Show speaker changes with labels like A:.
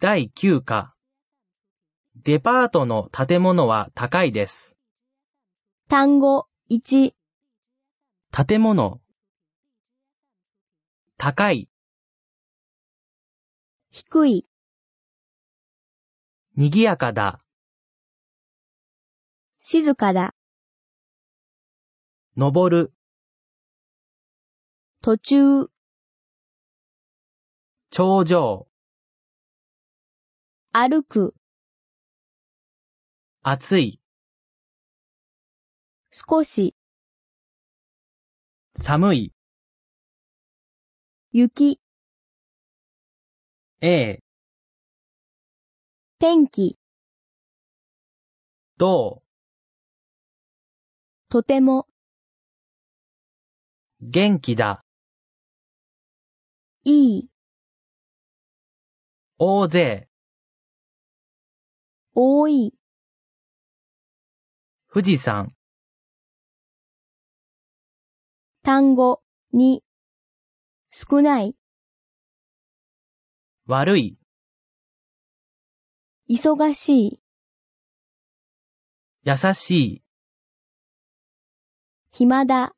A: 第9課。デパートの建物は高いです。
B: 単語1、
A: 建物。高い、
B: 低い、
A: 賑やかだ、
B: 静かだ、
A: 登る、
B: 途中、
A: 頂上、
B: 歩く、
A: 暑い、
B: 少し、
A: 寒い、
B: 雪、
A: ええ、
B: 天気、
A: どう、
B: とても、
A: 元気だ、
B: いい、
A: 大勢、
B: 多い、
A: 富士山、
B: 単語2、少ない、
A: 悪い、
B: 忙しい、
A: 優しい、
B: 暇だ、